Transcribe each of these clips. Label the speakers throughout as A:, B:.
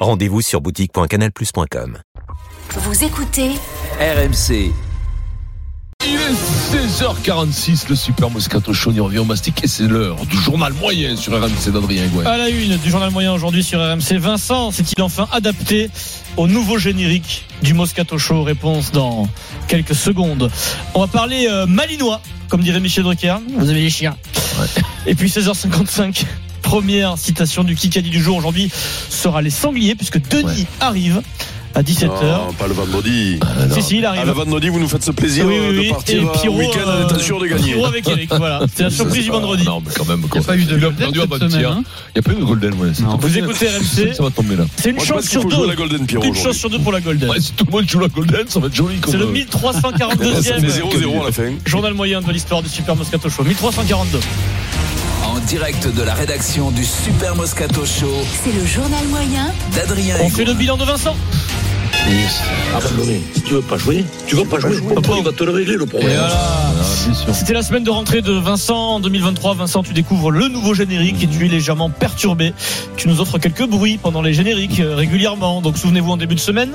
A: Rendez-vous sur boutique.canalplus.com.
B: Vous écoutez
C: RMC.
D: Il est 16h46, le super Moscato Show, on revient au mastic et c'est l'heure du journal moyen sur RMC d'Adrien Gouin.
E: À la une du journal moyen aujourd'hui sur RMC, Vincent s'est-il enfin adapté au nouveau générique du Moscato Show Réponse dans quelques secondes. On va parler euh, malinois, comme dirait Michel Drucker. Vous avez les chiens. Et puis 16h55, première citation du Kikadi du jour aujourd'hui sera les sangliers, puisque Denis
D: Ouais.
E: arrive à 17h.
F: Non, pas le vendredi.
E: Si, si, il Euh, arrive.
F: Ah, le vendredi, vous nous faites ce plaisir
E: Oui,
F: euh,
E: oui, oui.
F: de partir
E: Et Pierrot,
F: en week-end en
E: euh,
F: étant sûr de gagner.
E: Pierrot avec Eric, voilà. C'est la surprise du vendredi.
D: Non, mais quand même,
G: Il n'y a pas eu de
D: il a
G: golden
D: perdu à
G: cette
D: Bantia.
G: semaine,
D: Il
G: hein.
D: n'y a pas eu de golden, ouais. c'est
G: Non.
D: tout.
E: Vous écoutez RMC.
D: Ça va tomber là.
E: C'est une
F: Moi, je
E: chance
F: pense qu'il
E: sur
F: faut jouer à
E: deux.
F: la Golden Pierrot.
E: Une chance
F: aujourd'hui.
E: sur deux pour la Golden.
D: Ouais, si tout le monde joue la golden, ça va être joli comme
E: C'est le
D: euh,
F: Ça fait
E: 1342e
F: 0-0 à la fin.
E: journal moyen de l'histoire du Super Moscato Show. 1342.
C: En direct de la rédaction du Super Moscato Show
B: C'est le journal moyen
C: d'Adrien
E: On
C: Egault.
E: fait le bilan de Vincent.
H: Ah, bah, Si tu veux pas jouer, tu veux pas jouer. Papa, il va te le régler le
D: Et
H: problème.
D: voilà. Ah, bien sûr.
E: C'était la semaine de rentrée de Vincent en 2023. Vincent, tu découvres le nouveau générique et tu es légèrement perturbé. Tu nous offres quelques bruits pendant les génériques euh, régulièrement. Donc souvenez-vous en début de semaine.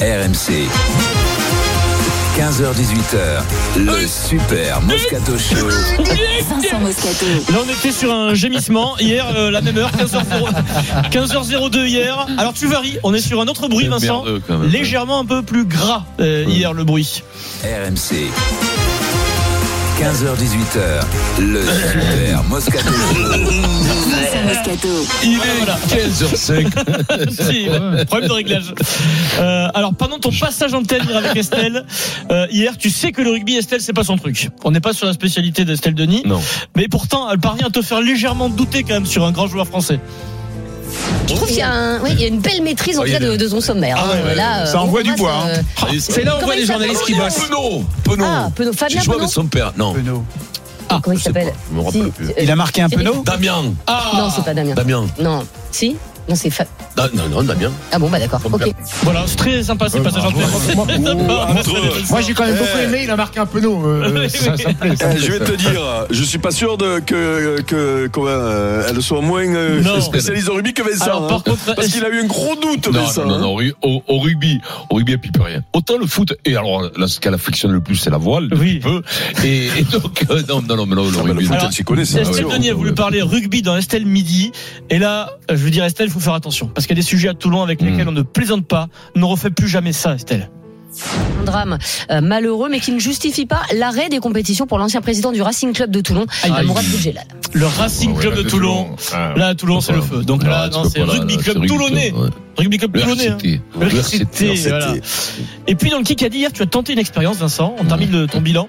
C: RMC. 15h-18h, le Super Moscato Show.
B: Vincent Moscato.
E: Là, on était sur un gémissement hier, euh, la même heure, 15h02, 15h02 hier. Alors tu varies. On est sur un autre bruit,
D: C'est
E: Vincent.
D: merdeux, quand même.
E: Légèrement un peu plus gras euh, hier le bruit.
C: RMC. 15h-18h, le Super Moscato Show.
B: Vincent Moscato.
D: Il
E: Ouais, voilà.
D: est 15h05.
E: Si, problème de réglage. Euh, alors, pendant ton passage en tête avec Estelle, euh, hier, tu sais que le rugby, Estelle, c'est pas son truc. On n'est pas sur la spécialité d'Estelle Denis.
D: Non.
E: Mais pourtant, elle parvient à te faire légèrement douter quand même sur un grand joueur français.
I: Je trouve qu'il y, a un- ouais, il y a une belle maîtrise en
D: Ah,
I: tout
D: il y a
I: cas de, de son sommaire.
D: Ah, ouais, ouais,
I: Là,
G: ça
I: euh,
G: envoie
I: on
G: du
I: passe,
G: bois, hein.
I: euh,
D: Oh,
I: C'est là où on voit les journalistes qui bossent.
D: Penaud. Penaud.
I: Ah, Penaud, Fabien
D: Je joue avec
I: Penaud
D: son père. Non.
I: Comment il
D: je sais pas,
I: s'appelle
D: je me rappelle
I: Si,
D: plus.
I: euh,
G: Il a marqué un
I: Thierry.
G: penau
D: Damien.
E: Ah
I: Non, c'est pas Damien.
D: Damien.
I: Non. Si Non, c'est Fa-
D: Da- Non, non, Damien.
I: Ah bon, bah d'accord.
D: Son
I: Ok.
D: père.
E: Voilà, c'est très sympa ces passages en tête. Ah, C'est sympa.
G: Moi j'ai quand même beaucoup aimé, il a marqué un penau. euh, ça, ça me plaît. ça me
F: Eh, je
G: plaît,
F: vais
G: ça.
F: te dire, je suis pas sûr de, que, que, qu'on, euh, elle soit moins euh,
E: Non.
F: spécialiste en rugby que Vincent.
E: Alors, par
F: hein.
E: contre,
F: Parce qu'il a eu un gros doute,
D: Non,
F: Vincent.
D: non, non, non, ru- au, au rugby, au rugby, elle pipe rien. Autant le foot, et alors, là, ce qu'elle affectionne le plus, c'est la voile,
E: Oui.
D: depuis peu. Et, et donc, euh, non, non, non, mais non, le
F: Ah, bah, le
D: rugby.
F: foot,
E: Alors,
F: elle s'y connaît, c'est
E: Estelle
F: sûr.
E: Denis a voulu parler rugby dans Estelle Midi. Et là, euh, je veux dire, Estelle, il faut faire attention. Parce qu'il y a des sujets à Toulon
D: Hmm.
E: avec lesquels on ne plaisante pas. On ne refait plus jamais ça, Estelle.
I: Un drame euh, malheureux, mais qui ne justifie pas l'arrêt des compétitions pour l'ancien président du Racing Club de Toulon,
E: Aïe.
I: Mourad Boudjelal.
E: Le Racing Club de Toulon.
D: Ah,
E: Là, à Toulon, c'est le feu. Donc là,
D: tu
E: non,
D: peux
E: c'est
D: pas, là,
E: rugby
D: là,
E: club
D: c'est rugby
E: toulonnais.
D: club, ouais. hein.
E: Rugby club
D: Le
E: toulonnais. hein.
D: RCT.
E: Le
D: Le
E: RCT,
D: RCT.
E: voilà. Et puis dans le Kikadi hier, tu as tenté une expérience, Vincent. On termine le- ton bilan.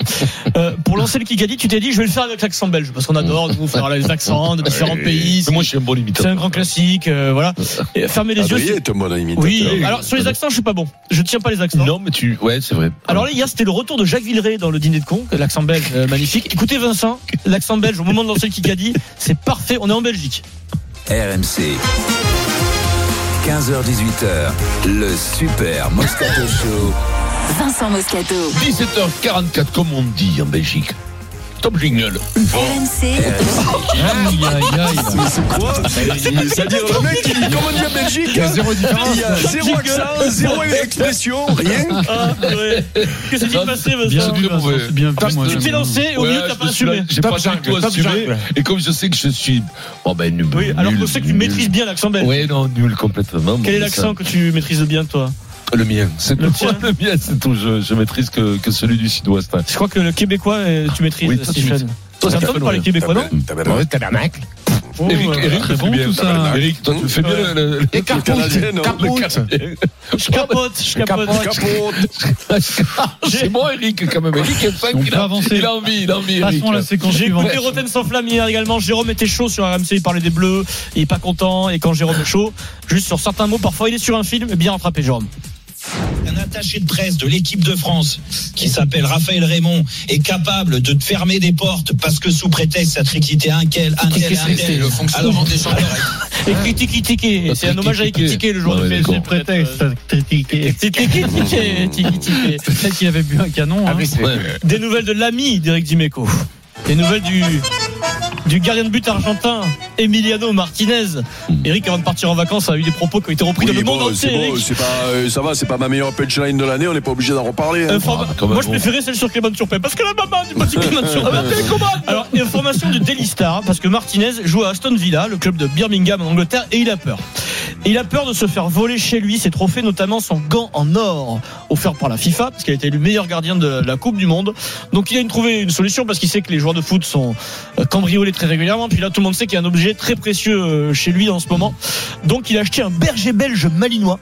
E: Euh, pour lancer le Kikadi, tu t'es dit, je vais le faire avec l'accent belge, parce qu'on adore nous faire les accents de différents
D: Ouais.
E: pays.
D: Mais Moi, Ah, je suis un bon imitateur.
E: C'est un grand classique, euh, voilà. Et fermez les yeux. si-
F: Adrien est un bon imitateur.
E: Oui. Alors sur les accents, je suis pas bon. Je tiens pas les accents.
D: Non, mais tu. Ouais, c'est vrai.
E: Alors là, hier, c'était le retour de Jacques Villeray dans le dîner de con, l'accent belge euh, magnifique. Écoutez, Vincent, l'accent belge au moment de lancer le Kikadi, c'est parfait. On est en Belgique.
C: RMC. 15h-18h, le Super Moscato Show.
B: Vincent Moscato.
D: 17h44, comme on dit en Belgique. Top jingle.
B: RMC,
F: Mais c'est quoi Mais C'est-à-dire, le mec, il, comme on dit en Belgique,
G: Il y a zéro différence.
F: il y a zéro accent, zéro expression, rien.
E: Ah, ouais. Qu'est-ce qui s'est passé, Vincent
D: Bien du mauvais.
G: bien
D: pris, moi,
E: Tu t'es lancé et au milieu,
D: je
E: t'as pas
D: me suis
E: assumé.
D: là- J'ai
G: Top
D: pas du
G: jungle,
D: tout
G: top
D: assumé.
G: jungle.
D: Et comme je sais que je suis. Bon, ben, nul.
E: Oui, alors
D: nul,
E: je sais que tu
D: nul.
E: maîtrises bien l'accent belge.
D: Ouais, non, nul complètement.
E: Quel est
D: Bon,
E: l'accent que tu maîtrises bien, toi
D: ça- Le mien. C'est
E: Le
D: tout.
E: tien
D: Le mien, c'est tout. Je, je maîtrise que, que celui du sud-ouest.
E: Je crois que le québécois, euh, tu maîtrises,
D: Oui, tout de
E: Stephen.
D: suite.
E: Toi, ça te
D: Tout de
E: donne pas les
D: suite.
E: québécois, non
F: Tabarnak.
D: tabernacle.
E: Oh,
D: Eric, Eric,
E: c'est
D: fais
E: bon
D: bien.
E: tout ça.
D: Eric, toi, tu fais bien
E: Ouais.
D: le- le-
G: Et Carpoot,
F: Canadien, non,
G: Carpoot.
D: le-
E: Je capote, je capote.
F: Capote.
D: C'est bon, Eric, quand même. Eric, il a-
E: On peut avancer.
D: il a envie, il a envie, Eric.
E: Passons à la séquence
D: J'ai
E: suivante.
D: écouté
E: Roten sans flamme hier également. Jérôme était chaud sur RMC, il parlait des bleus, il est pas content. Et quand Jérôme est chaud, juste sur certains mots, parfois il est sur un film, mais bien rattrapé Jérôme.
J: un attaché de presse de l'équipe de France qui s'appelle Raphaël Raymond est capable de te fermer des portes parce que sous prétexte ça triquitait un quel, un tel, un
D: C'est
J: tel.
D: le fonctionnement
J: Alors,
D: des gens.
E: Et critiquer, critiquer. C'est un hommage à critiquer le jour
D: Ouais,
E: de PSG.
D: d'accord.
E: Prétexte, critiquer. Critiquer, critiquer, critiquer. Peut-être qu'il avait bu un canon. hein. Des nouvelles de l'ami d'Eric Dimeco. Des nouvelles du, du gardien de but argentin, Emiliano Martinez. Eric, avant de partir en vacances, a eu des propos qui ont été repris dans
F: Oui,
E: le monde
F: bon,
E: entier.
F: c'est bon,
E: Eric.
F: c'est pas, euh, ça va, c'est pas ma meilleure punchline de l'année, on n'est pas obligé d'en reparler. hein.
E: Informa-
D: Ah, quand même,
E: Euh, Moi, je
D: bon. Ah,
E: préférais celle sur Clément Turpin parce que la maman du petit Clément Turpin. Alors, information du Daily Star parce que Martinez joue à Aston Villa, le club de Birmingham en Angleterre, et il a peur. Il a peur de se faire voler chez lui ses trophées, notamment son gant en or offert par la FIFA, parce qu'il a été élu meilleur gardien de la Coupe du Monde. Donc il a une- trouvé une solution parce qu'il sait que les joueurs de foot sont euh, cambriolés très régulièrement. Puis là, tout le monde sait qu'il y a un objet très précieux euh, chez lui en ce moment. Donc il a acheté un berger belge malinois,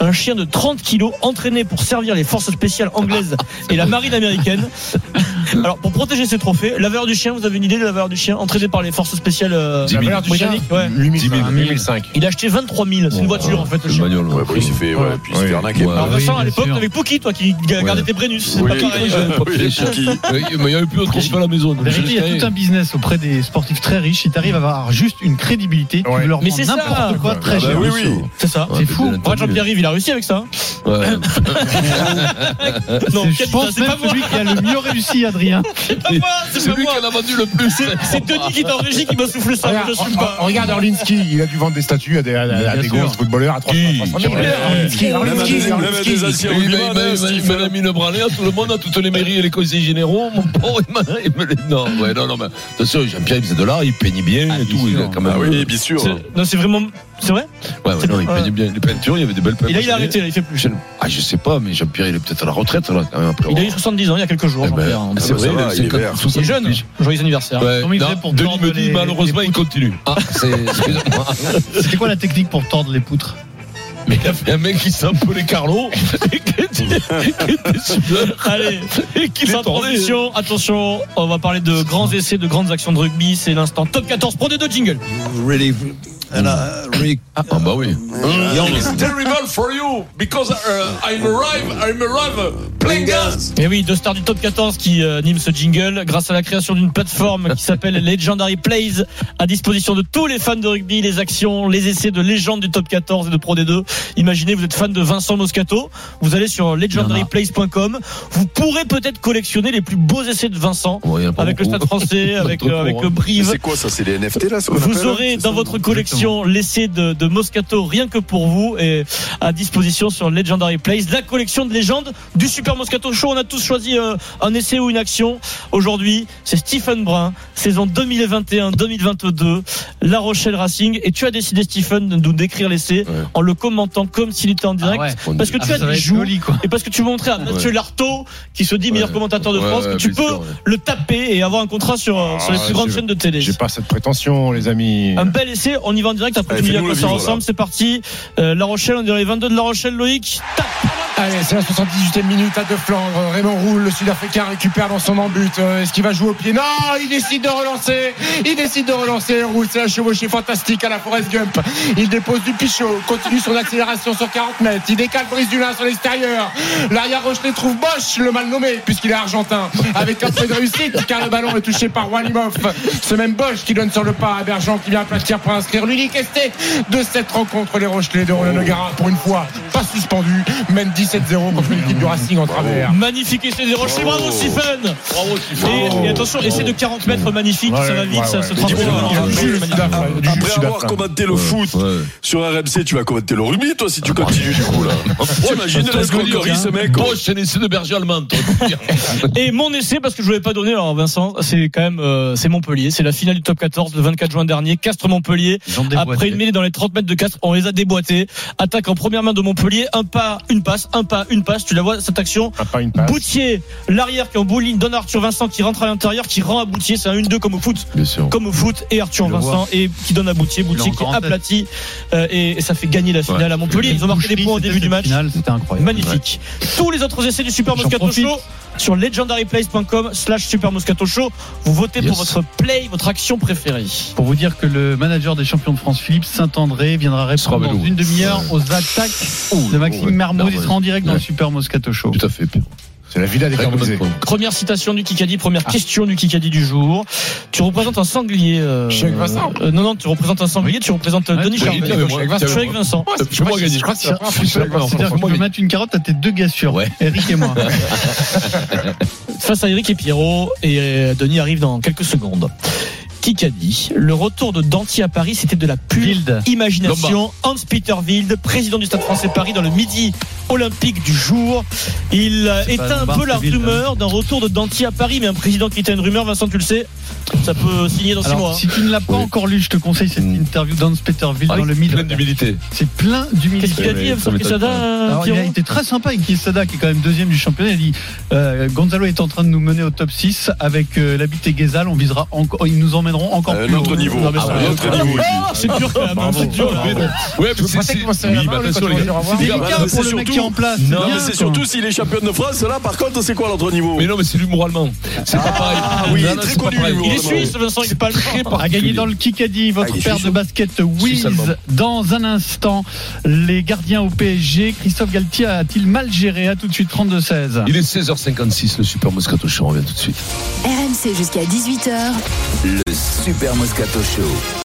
E: un chien de 30 kilos entraîné pour servir les forces spéciales anglaises et la marine américaine. Alors pour protéger ses trophées, la valeur du chien, vous avez une idée de la valeur du chien entraîné par les forces spéciales euh,
G: La valeur du chien
E: britanniques Ouais.
G: 8000,
D: 2005.
E: Il a acheté 23 000, c'est une voiture en fait le
D: Le
E: chien.
D: manuel,
F: Ouais, bon, il s'est fait, ouais, puis il s'est fait
D: Ouais.
F: arnaquer.
D: Ouais.
E: Alors
D: Ah oui,
E: Vincent, à
D: bien
E: l'époque,
D: sûr.
E: t'avais Pouki, toi, qui gardais
D: Ouais.
E: tes Brennus. C'est
F: Oui,
E: pas pareil.
F: oui,
D: Pas
F: oui, c'est qui bah
D: Mais il n'y a eu plus de transfert à la maison. donc
E: Vérité,
D: j'ai
E: il y a
D: essayé.
E: tout
G: un business auprès des sportifs très riches, si t'arrives à avoir juste une crédibilité,
E: Ouais. leur Mais vends c'est ça. n'importe quoi
G: très
F: Ah bah oui, oui.
E: C'est ça.
D: Ouais,
E: c'est
D: mais
E: fou.
D: bien
E: Ouais,
D: entendu.
E: Jean-Pierre Rive, il a réussi avec ça. hein.
D: Ouais.
E: Non,
G: Je pense
E: c'est
G: même
E: pas moi.
G: celui qui a le mieux réussi, Adrien.
E: C'est pas moi. C'est
D: C'est
E: pas
D: lui qui
E: moi.
D: en a vendu le plus.
E: C'est Denis qui est en régie qui m'a soufflé ça.
G: Regarde,
E: Je suis
G: on- on-
E: pas.
G: regarde Orlinski, il a dû vendre des statues à des, à- à des gros footballeurs à 300
D: Qui
G: 300
D: Qui
G: 000. Orlinski,
F: Même à
G: Orlinski,
F: des- même à
G: Orlinski.
F: des anciens
D: Oui, mais
F: rugbyman,
D: il m'a-
F: hein,
D: il m'a- il
F: Steve.
D: m'a la mine le branlée à tout le monde, à toutes les mairies et les conseillers généraux. Mon pauvre, il m'a- il me l'a- Non, ouais, non, non, mais attention, Jean-Pierre, il faisait de l'art, il peignait bien et tout. Il a quand même.
F: Ah oui, bien sûr.
E: C'est- Non, c'est vraiment. C'est vrai
D: Ouais, ouais, non, il peignait bien. Les peintures, il y avait des belles peintures.
E: Et là, il a arrêté, là, il fait plus.
D: Je- Ah, je sais pas, mais Jean-Pierre, il est peut-être à la retraite, là, quand même, après.
E: Il a eu 70 ans il y a quelques jours,
D: Eh ben,
E: Jean-Pierre. hein.
D: c'est
F: Ah, bah, ça
D: vrai,
F: va,
D: il
F: il est
D: a 50,
F: vert.
D: 60
E: Il est jeune.
D: piges.
E: Joyeux anniversaire.
D: Ouais,
G: Comment il
D: non,
G: faisait pour
D: Denis
G: tordre
D: me dit,
G: les-
D: malheureusement, il continue. Ah, c'est. Excusez-moi.
G: C'était quoi la technique pour tordre les poutres
D: Mais il a fait un mec qui s'est un peu les Carlos et qui était, qui était super.
E: Allez,
D: Et qui
E: sans
D: est tombé.
E: transition, attention, on va parler de grands essais, de grandes actions de rugby. C'est l'instant top 14. Prenez deux jingles.
J: really, and I really
D: Ah, bah oui.
J: young.
H: terrible for you because uh, I'm arrive, I'm arrive playing gas.
E: Et Eh oui, deux stars du top 14 qui euh, animent ce jingle grâce à la création d'une plateforme qui s'appelle Legendary Plays à disposition de tous les fans de rugby, les actions, les essais de légende du top 14 et de Pro D2. Imaginez, vous êtes fan de Vincent Moscato, vous allez sur legendaryplays.com, vous pourrez peut-être collectionner les plus beaux essais de Vincent
D: Ouais, il y en a pas
E: avec le
D: beaucoup.
E: Stade français, avec,
D: Oh. trop
E: euh, avec
D: pour,
E: le
D: hein.
F: Mais
E: Brive.
F: C'est quoi ça C'est les NFT là ce qu'on appelle,
E: Vous
F: là
E: aurez
F: C'est
E: dans
F: ça
E: votre collection l'essai de, de Moscato rien que pour vous et à disposition sur Legendary Plays, la collection de légendes du Super Moscato Show. On a tous choisi euh, un essai ou une action. Aujourd'hui, c'est Stephen Brun, saison 2021-2022, La Rochelle Racing. Et tu as décidé, Stephen, de nous décrire l'essai
D: Ouais.
E: en le commentant comme s'il était en direct. Parce que tu as des joues
G: quoi.
E: et parce que tu montrais à Mathieu Lartaud, qui se dit meilleur
D: Ouais.
E: commentateur de
D: Ouais,
E: France, que
D: ouais,
E: tu
D: bien
E: peux
D: sûr, ouais.
E: le taper et avoir un contrat sur, euh, sur les
G: Ah,
E: plus grandes
G: j'ai-
E: chaînes de télé.
G: J'ai pas cette prétention, les amis.
F: Mmh.
E: Un bel essai, on y va en direct, après
F: Allez,
E: tu me dis à
F: fais-nous
E: quoi
F: le
E: ça
F: vivre,
E: ressemble,
F: là.
E: c'est parti. Euh, la Rochelle, on dirait les 22 de La Rochelle, Loïc. Tac
G: Allez, c'est la 78e minute à De Flandre. Raymond Roule, le Sud-Africain, récupère dans son embut. Euh, Est-ce qu'il va jouer au pied Non, il décide de relancer. Il décide de relancer. Roule, c'est un chevauché fantastique à la Forest Gump. Il dépose du pichot, continue son accélération sur 40 mètres. Il décale Brice Dulin sur l'extérieur. L'arrière Rochelet trouve Bosch, le mal nommé, puisqu'il est argentin, avec un peu de réussite, car le ballon est touché par Walimov. Ce même Bosch qui donne sur le pas à Bergeron qui vient aplatir pour inscrire l'unique esté de cette rencontre. Les Rochelais de Roland Nogara, pour une fois, pas suspendu, même 17-0 contre une équipe du Racing en travers.
E: Magnifique essai des Rochelles,
F: Oh.
E: bravo Stephen
D: Bravo,
E: et, et attention, essai de 40 mètres, magnifique, ça va vite, ça se transforme
F: Dis-moi,
E: en
F: il y a
E: un
F: du jus,
E: jeu,
F: le
E: magnifique.
G: Du jus
F: Après avoir
G: sud-africain.
F: commenté le foot sur RMC, tu vas commenter le rugby toi si tu continues du coup là. T'imagines l'escroquerie ce mec quoi.
D: Bosch, c'est un essai de berger allemand. toi.
E: Et mon essai, parce que je voulais pas donner, alors Vincent, c'est quand même, euh, c'est Montpellier, c'est la finale du top 14 le 24 juin dernier, Castres-Montpellier. Après une mêlée dans les 30 mètres de Castres, on les a déboîtés. Attaque en première main de Montpellier, un pas, une passe, un pas, une passe. Tu la vois, cette action.
K: Pas une passe.
E: Boutier, l'arrière qui est en bowling, donne à Arthur Vincent qui rentre à l'intérieur, qui rend à Boutier. C'est un 1-2 comme au foot.
D: Bien sûr.
E: Comme au foot. Et Arthur
G: Je le
E: Vincent
G: vois.
E: et qui donne à Boutier. Boutier qui
G: encore en tête.
E: aplatit. euh, et, et ça fait gagner la finale à Montpellier. Ils ont marqué des points au début du match.
G: C'était incroyable.
E: Magnifique. Tous les autres essais du Super
G: J'en
E: Moscato
G: profite.
E: Show sur legendaryplace.com slash Super Moscato Show. Vous votez pour
D: Yes.
E: votre play, votre action préférée.
G: Pour vous dire que le manager des champions de France, Philippe Saint-André, viendra
D: Sera
G: répondre
D: avec
G: dans
D: nous.
G: une demi-heure aux attaques
D: Oh,
G: de Maxime
D: ouais.
G: Mermoz. Il
D: Mermoz.
G: sera en direct dans
D: Ouais.
G: le Super Moscato Show.
D: Tout à fait. Pierrot.
K: C'est la villa des
D: Règlement de
K: Carbonisés.
D: compte.
E: Première citation du Kikadi, première question du Kikadi du jour. Tu représentes un sanglier. euh,
K: Chèque Vincent.
E: euh, non, non, tu représentes un sanglier, tu représentes
G: Ouais,
E: Denis
D: tu
E: Charvet.
D: l'as dit, mais moi,
E: Je suis avec Vincent.
K: Ouais, c'est-
D: Je crois que-
K: je crois que c'est la première fois que je fais avec Vincent.
G: C'est-à-dire qu'on peut mettre une carotte à tes deux gars sûrs,
D: Ouais.
G: Eric et moi.
E: Face à Eric et Pierrot, et euh, Denis arrive dans quelques secondes. Kikadi, le retour de Danty à Paris, c'était de la pure
G: Wild.
E: imagination. Hans-Peter Wild, président du Stade français de Paris, dans le midi olympique du jour. Il euh,
G: C'est pas hein.
E: éteint un
G: Lombard,
E: peu la
G: c'est Wild,
E: rumeur d'un retour de Danty à Paris, mais un président qui éteint une rumeur, Vincent, tu le sais, ça peut signer dans six mois.
G: Alors,
E: hein.
G: si tu ne l'as pas encore lu, je te conseille cette interview d'Hans Peterville dans le
D: Pleine
G: mid.
D: d'humilité.
G: C'est plein
E: Qu'est-ce qu'il
G: d'humilité.
E: a dit,
D: mais ça
E: Vincent
D: m'étonne
E: Quesada,
D: pas.
E: euh,
G: Alors, il a
E: Pierrot
G: été très sympa avec Quesada, qui est quand même deuxième du championnat. Il a dit euh, Gonzalo est en train de nous mener au top 6 avec euh, Labit et Guézal. On visera encore, ils nous emmèneront encore
F: Euh,
G: plus.
F: notre
G: haut.
F: niveau.
G: Non, mais ça-
F: Ah, notre
G: euh,
F: niveau.
E: Ah, c'est dur quand même, hein, c'est dur. là.
D: Ouais, mais c'est-
K: pensais
D: c'est.
K: qu'il commençait à la
D: Oui, mais
K: main, lui,
D: attention,
K: quand
D: les
K: on va
D: gars.
K: dire au revoir.
G: C'est
F: Ah, bah,
G: délicat
F: non, mais
G: pour
F: c'est
G: le mec
F: surtout-
G: qui est en place.
F: Non,
G: bien,
F: mais c'est
G: quoi.
F: surtout s'il est champion de France, là, par contre, c'est quoi l'autre niveau
D: Mais non, mais c'est l'humour allemand. C'est pas pareil.
F: oui,
D: Non, non,
F: très
D: c'est pas
F: connu,
D: pareil.
F: l'humour
E: Il Ah est
F: allemand.
E: suisse, Vincent, il est pas le
G: A gagné dans le Kikadi, votre
F: Ah, il est
G: paire
F: chaud.
G: de basket Wiz.
D: seulement.
G: Dans un instant, les gardiens au PSG. Christophe Galtier a-t-il mal géré À tout de suite, 32-16.
D: Il est 16h56, le Super Moscato Show. On revient tout de suite.
B: RMC jusqu'à 18h.
C: Le Super Moscato Show.